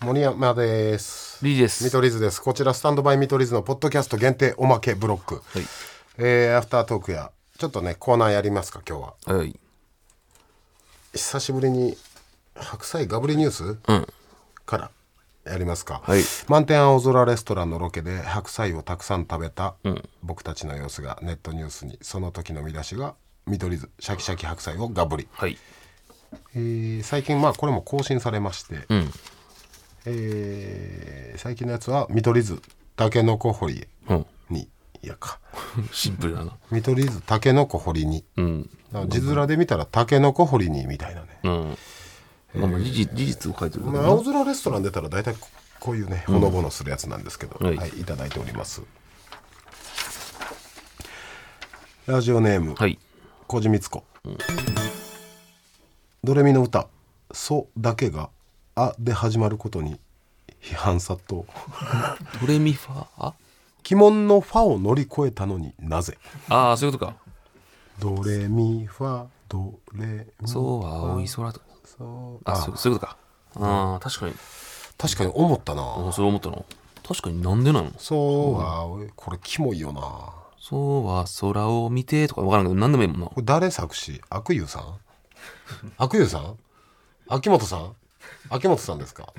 森山です。リーです見取り図です。こちらスタンドバイ見取り図のポッドキャスト限定おまけブロック。はいえーアフタートークやちょっとねコーナーやりますか今日は。はい久しぶりに白菜ガブリニュース、からやりますか、はい満天青空レストランのロケで白菜をたくさん食べた僕たちの様子がネットニュースにその時の見出しが「見取り図シャキシャキ白菜をガブリ」はいえー最近まあこれも更新されまして、えー最近のやつは「見取り図たけのこ掘りうへん」に、いやか シンプルだな「見取り図たけのこ掘りに」うんだから字面で見たら「たけのこ掘りに」みたいなねうんまあまあ事実事実を書いてるかまらあ、な青空レストラン出たら大体ここういうねほのぼのするやつなんですけど、はいはい、いただいておりますラジオネームはい小路光子、ドレミの歌「ソ」だけが「あ」で始まることに批判殺到ドレミファあ鬼門の「ファ」を乗り越えたのになぜあーそういうことかドレミファドレミそう青い空とかソあそうそういうことかあー確かに確かに思ったな、あそう思ったの確かになんでなのそう青いこれキモいよなそうは空を見てとかわからんけど何でもいいもんなこれ誰作詞悪友さん悪友さん秋元さん秋元さんですか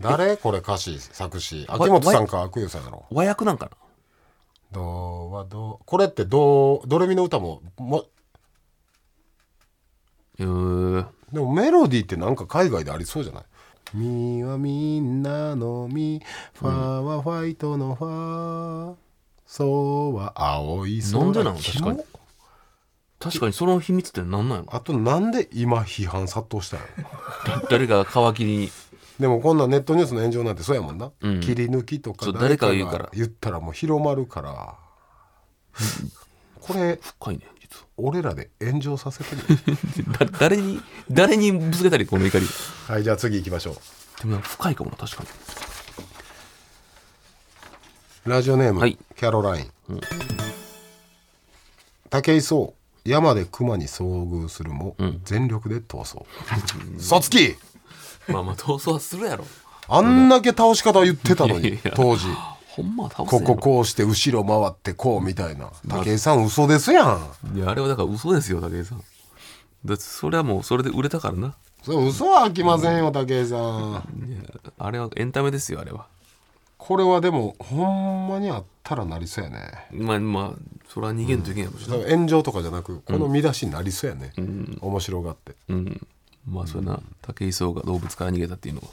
誰これ歌詞作詞秋元さんか悪友さんやろ和訳なんかなどうはどうこれってどうドレミの歌ももえー、でもメロディーってなんか海外でありそうじゃないみはみんなのみファはファイトのファそうは青い空なんでなのキ確モかに確かにその秘密って何なんやあとなんで今批判殺到したのろ誰が皮切りにでもこんなネットニュースの炎上なんてそうやもんな、うん切り抜きとかそう誰かが言うから言ったらもう広まる からこれ深いね実は俺らで炎上させてる だ誰に誰にぶつけたりこの怒りはいじゃあ次行きましょでも深いかもな確かにうラジオネーム、はいキャロライン、武井壮山で熊に遭遇するも、全力で逃走そつきまあまあ闘争はするやろあんだけ倒し方言ってたのに、いやいや当時ほんまは倒せこんやろここうして後ろ回ってこうみたいな武井さん嘘ですやんいやあれはだから嘘ですよ武井さんだってそれはもうそれで売れたからなそれ嘘は飽きませんよ武井さんいやあれはエンタメですよあれはこれはでもほんまにあったらなりそうやねまあまあそれは逃げんといけんやろうしな炎上とかじゃなくこの見出しになりそうやね、面白がってうんまあそれな武井壮が動物から逃げたっていうのは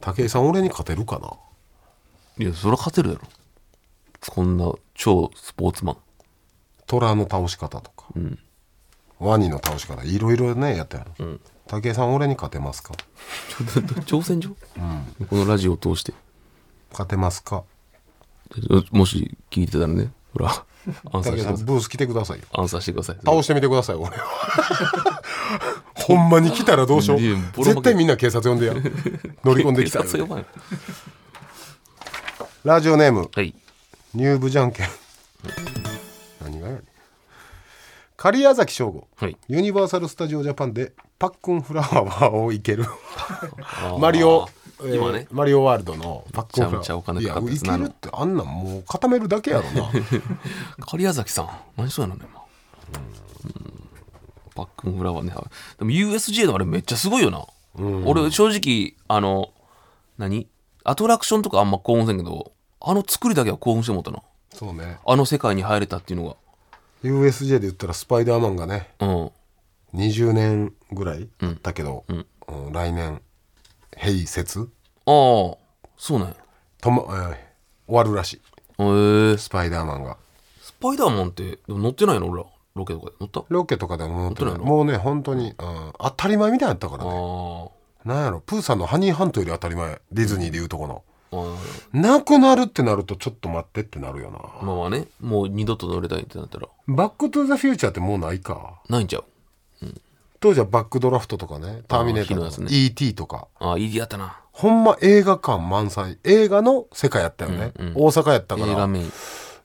武井さん俺に勝てるかないやそれは勝てるやろこんな超スポーツマン虎の倒し方とか、ワニの倒し方いろいろねやったやろ、武井さん俺に勝てますかちょっと挑戦状、このラジオを通して勝てますかもし聞いてたらねほら アンサ武ー井さしてくだんさいブース来てくださいよアンサーしてください倒してみてください俺は ほんまに来たらどうしよういやボロ負け絶対みんな警察呼んでや 乗り込んできたら警察呼ばんよラジオネームはい入部じゃんけん何がやねん狩矢崎翔吾、はいユニバーサル・スタジオ・ジャパンでパックンフラワーをいけるマリオ、えー今ねマリオワールドのパックンフラワーめちゃめちゃお金かかったいややついなけのるってあんなんもう固めるだけやろ な狩矢崎さん何そうやなんだ今パックンフラワーねでも USJ のあれめっちゃすごいよな、俺正直あの何アトラクションとかあんま興奮せんけどあの作りだけは興奮してもったなそうねあの世界に入れたっていうの USJ で言ったらスパイダーマンがねがうん20年ぐらいあったけど、うん来年平雪ああそうなんやとも、えー終わるらしいへえスパイダーマンがスパイダーマンってでも乗ってないの俺らロケとかで乗ったあロケとかでも乗ってない乗ってないのもうね本当に、うん、当たり前みたいだったからあねーなんやろプーさんのハニーハントより当たり前ディズニーでいうとこの、あーなくなるってなるとちょっと待ってってなるよなまあまあねもう二度と乗れないってなったらバック・トゥ・ザ・フューチャーってもうないかないんちゃう当時はバック・ドラフトとかねターミネーターあーとひか、どいやつ ET とかああいいやったなほんま映画館満載映画の世界やったよね、大阪やったか映画らメイン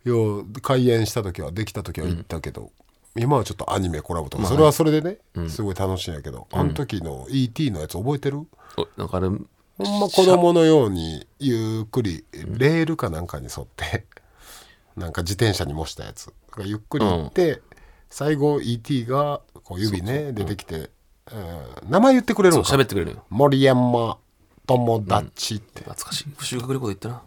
よう開演した時はできた時は行ったけど、今はちょっとアニメコラボとか、それはそれでね、すごい楽しいんやけど、あの時の ET のやつ覚えてるおなんかあれほんま子供のようにゆっくりレールかなんかに沿って なんか自転車に模したやつゆっくり行って、最後 ET がこう指ね出てきて、うん名前言ってくれるそのうか喋ってくれるよ森山友達って、懐かしい修学旅行で行ったな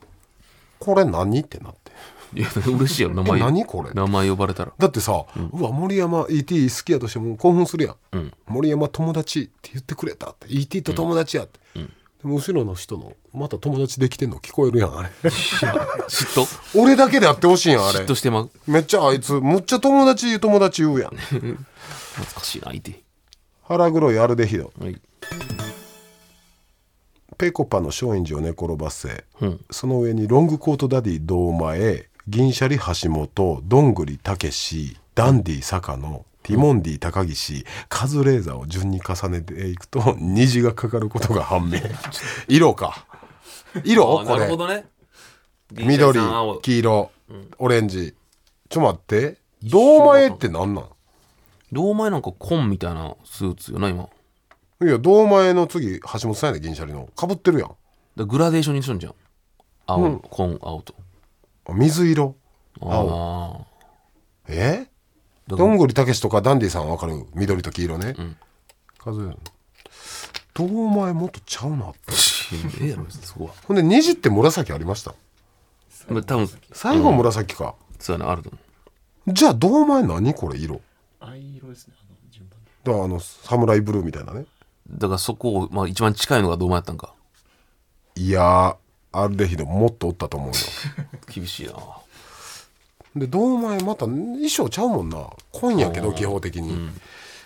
これ何ってなっていや嬉しいよ名え前何これ名前呼ばれ たらだってさ、うわ森山 ET 好きやとしても興奮するやん、うん森山友達って言ってくれたって ET と友達やって、でも後ろの人のまた友達できてんの聞こえるやんあれ嫉妬俺だけであってほしいやんあれ嫉妬してまうめっちゃあいつむっちゃ友達友達言う やん懐かしいな相手腹黒いアルデヒドはいペコパの松陰寺を寝転ばせ、うんその上にロングコートダディ堂前銀シャリ橋本どんぐりたけしダンディ坂野ティモンディ高岸カズレーザーを順に重ねていくと虹がかかることが判明 色か色あこなるれほどね緑青黄色、オレンジちょ待って堂前って何なんローマなんか紺みたいなスーツよな今だかいや堂前の次橋本さんやで銀シャリのかぶってるやんらグラデーションにするんじゃん青、紺青とあ水色あえどうどんぐりたけしとかダンディさんわかる緑と黄色ね、数えるのどう前もっとちゃうなってあ ええやろ別にそこはほんで虹って紫ありましたまあ多分最後紫か、そうやなあると思じゃあどう前何これ色藍色ですね、あの順番で。だからあのサムライブルーみたいなねうだからそこを、まあ、一番近いのがどうもやったんかいやーアルデヒドもっとおったと 思うよ厳しいなでどう前また衣装ちゃうもんな今やけど基本的に、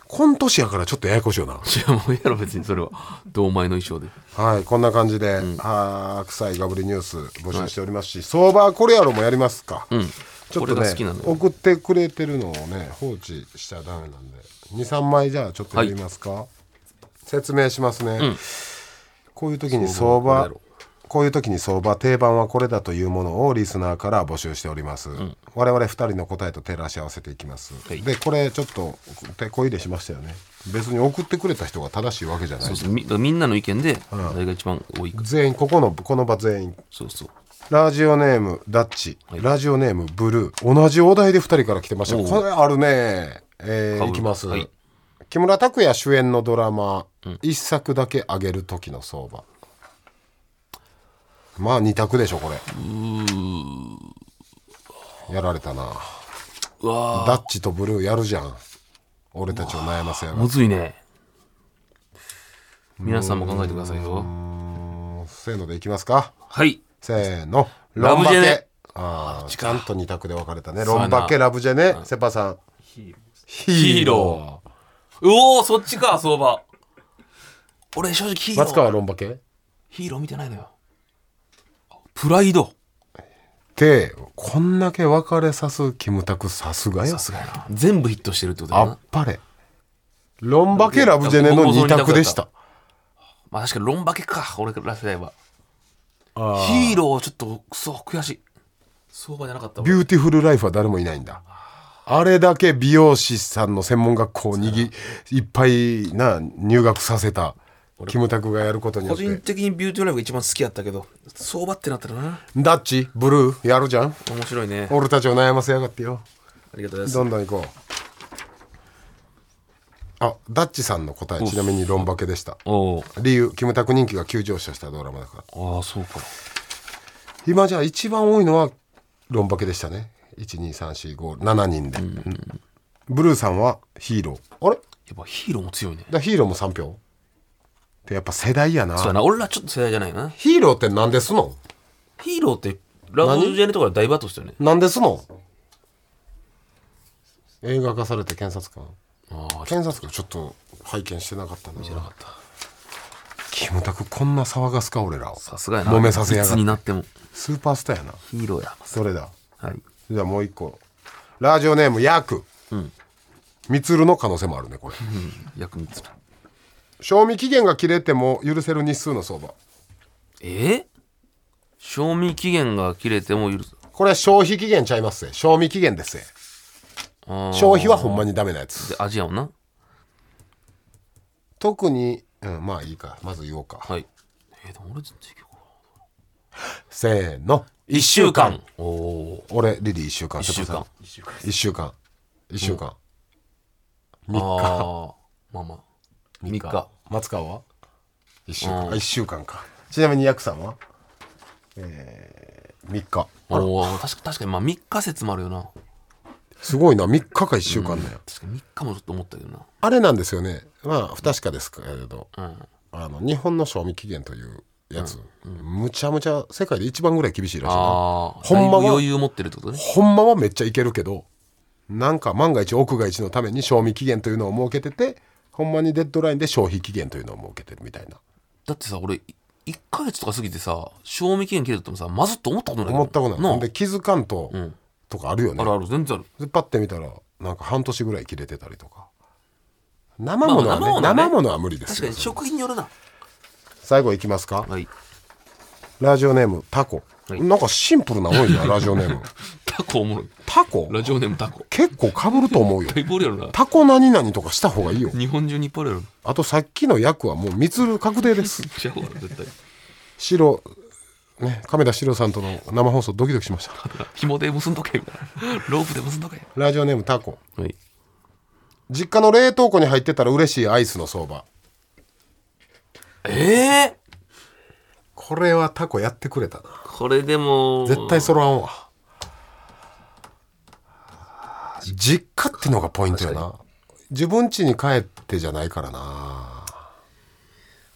今年やからちょっとややこしいよないやもうええやろ別にそれは堂前の衣装ではいこんな感じで「あー臭いガブリニュース」募集しておりますし、相場これやろもやりますか、うんちょっことれが好ねきなのよ送ってくれてるのをね放置しちゃダメなんで23枚じゃあちょっとやりますか、説明しますね、こういう時に相場こういう時に相場定番はこれだというものをリスナーから募集しております、我々2人の答えと照らし合わせていきます、はいでこれちょっと手こ入れしましたよね別に送ってくれた人が正しいわけじゃないそうそうみだからみんなの意見で誰が一番多いか全員ここのこの場全員そうそうラジオネームダッチ、いラジオネームブルー同じお題で2人から来てましたおうこれあるねえ被ー、るいきます、はい木村拓哉主演のドラマ、一作だけ上げる時の相場まあ二択でしょこれやられたなうわダッチとブルーやるじゃん俺たちを悩ませやーがむずいね皆さんも考えてくださいよせーのでいきますかはいせーのラブジェネロンバケあーちゃんと二択で分かれたねうやロなンバケラブジェネセパさんヒーローです。ヒーロうおーそっちか相場俺正直ヒーロ松川ーロンバケヒーロー見てないのよプライドでこんだけ別れさすキムタクさすがよさすがやな全部ヒットしてるってことあだなっぱれロンバケラブジェネの二択でしたまあ確かにロンバケか俺ら世代はヒーローちょっとクソ悔しい相場じゃなかったわビューティフルライフは誰もいないんだあれだけ美容師さんの専門学校にぎいっぱいな入学させたキムタクがやることによ個っ人て的にビューティーライフが一番好きやったけど相場ってなったらなダッチブルーやるじゃん面白いね俺たちを悩ませやがってよありがとうございまどんどん行こうあダッチさんの答えちなみにロンバケでしたすおう理由キムタク人気が急上昇したドラマだからああそうか今じゃあ一番多いのはロンバケでしたね12345人で、うんブルーさんはヒーローあれやっぱヒーローも強いねだヒーローも3票でやっぱ世代やなそうやな俺らちょっと世代じゃないなヒーローって何ですのヒーローってラブジェネとかで大バトルしたよね何ですの映画化されて検察官ああ検察官ちょっと拝見してなかったな知らなかったキムタクこんな騒がすか俺らをさすがやな揉めさせやいがつっにてなってもスーパースターやなヒーローやそれだはいじゃあもう一個ラジオネームヤクみつるの可能性もあるねこれ役に立つ賞味期限が切れても許せる日数の相場え賞味期限が切れても許すこれは消費期限ちゃいますぜ賞味期限ですぜああ消費はほんまにダメなやつでアジアをな特に、うん、まあいいかまず言おうか、はいえーでも俺全然いけるかなせーの1週間おお俺リリー1週間1週間一週間1週間1週間ああーまあまあ3日松川は1週間あ1週間かちなみにヤクさんはえー、3日おお確か確かにまあ3日説もあるよなすごいな3日か1週間だよ、確かに3日もちょっと思ったけどなあれなんですよねまあ不確かですけれど、んあの日本の賞味期限というやつ、むちゃむちゃ世界で一番ぐらい厳しいらしいなああほんまは余裕持ってるってことねほんまはめっちゃいけるけどなんか万が一奥が一のために賞味期限というのを設けててほんまにデッドラインで消費期限というのを設けてるみたいなだってさ俺1ヶ月とか過ぎてさ賞味期限切れてもさまずっと思ったことない思ったことないなほんで気づかんと、とかあるよねああるある全然あるでパッて見たらなんか半年ぐらい切れてたりとか生ものはね,、ま生あ生もものは無理です確かよに食品によるな最後いきますかはいラジオネームタコ、はいなんかシンプルな多い なラジオネームタコおもろいタコラジオネームタコ結構かぶると思うよいっぱいおるやろなタコ何々とかした方がいいよ日本中にいっぱいおるやろあとさっきの役はもうみつる確定ですちゃうわ絶対 白ね亀田白さんとの生放送ドキドキしました紐で結んどけみたいなロープで結んどけラジオネームタコはい実家の冷凍庫に入ってたら嬉しいアイスの相場ええこれはタコやってくれたなこれでも絶対揃わんわ実家ってのがポイントやな自分家に帰ってじゃないからな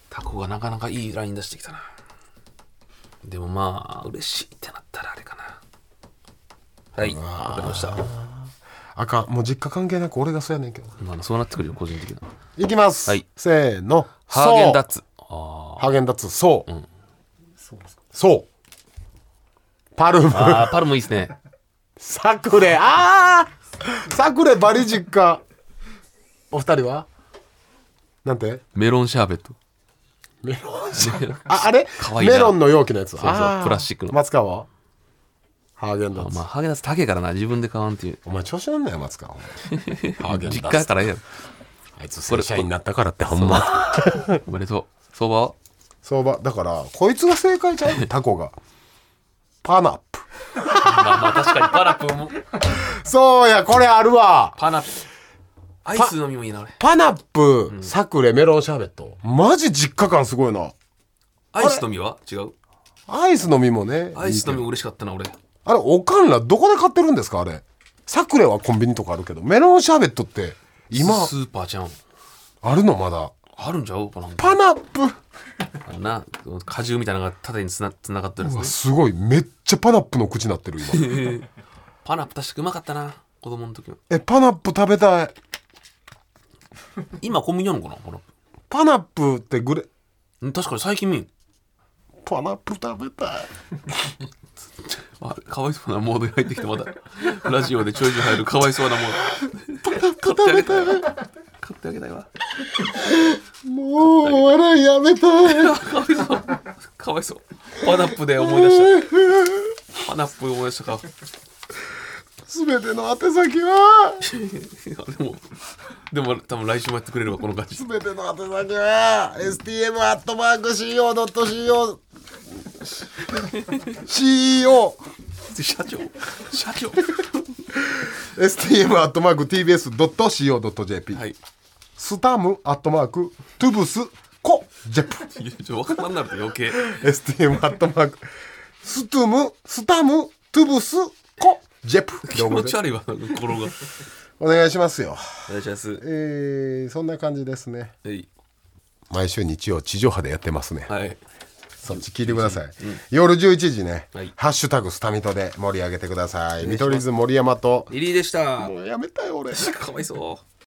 タコがなかなかいいライン出してきたなでもまあ嬉しいってなったらあれかなはいわかりましたあかんもう実家関係なく俺がそうやねんけどまあそうなってくるよ個人的ないきます、はいせーのハーゲンダッツツあハーゲンダッツそう、そうですかそうパルムーあーパルもいいですねサクレああサクレバリ実家お二人はなんてメロンシャーベットメロンシャーベットああれ可愛いなメロンの容器のやつそうそうプラスチックの松川はハーゲンダッツ、まあハーゲンダッツ高いからな自分で買わんっていうお前調子乗んなよ松川お前ハーゲン実ダ家ッやツからええやろあいつ正社員になったからってほんまおめでとう相場は相場だからこいつが正解ちゃ うタコがパナップまあまあ確かにパナップもそうやこれあるわパナップアイス飲みもいいな俺パナップ、サクレメロンシャーベットマジ実家感すごいなアイス飲みは違うアイス飲みもねアイいス飲みいけども嬉しかったな俺あれおかんらどこで買ってるんですかあれサクレはコンビニとかあるけどメロンシャーベットって今スーパーちゃんあるのまだあるんちゃうかなんかパナップあのな果汁みたいなのが縦につなつながってるんですうわねすごいめっちゃパナップの口になってる 今パナップ確かうまかったな子供の時はえパナップ食べたい今コンビニあるのかなパナッパナップってグレプん確かに最近見んパナップ食べたいあかわいそうなモードに入ってきてまだラジオでちょいちょい入るかわいそうなモード買ってあげたい買ってあげたいわもうお笑いやめたいかわいそうかわいそうパナップで思い出したパナップ思い出したか全ての宛先はいやでもでも多分来週もやってくれればこの感じ全ての宛先は STM アットマーク CO.CO CEO 社長社長 STM アットマーク TBS.CO.JP、はいスタムアットマークトゥブスコジェプいやちょ分からんなると余計 STM アットマークストゥムスタムトゥブスコジェプで気覚え持てち悪いわなんか心がお願いしますよお願いしますえー、そんな感じですねはい毎週日曜地上波でやってますねはいそっち聞いてください、夜11時ね、はいハッシュタグスタミトで盛り上げてください見取り図森山とリリーでしたもうやめたよ俺かわいそう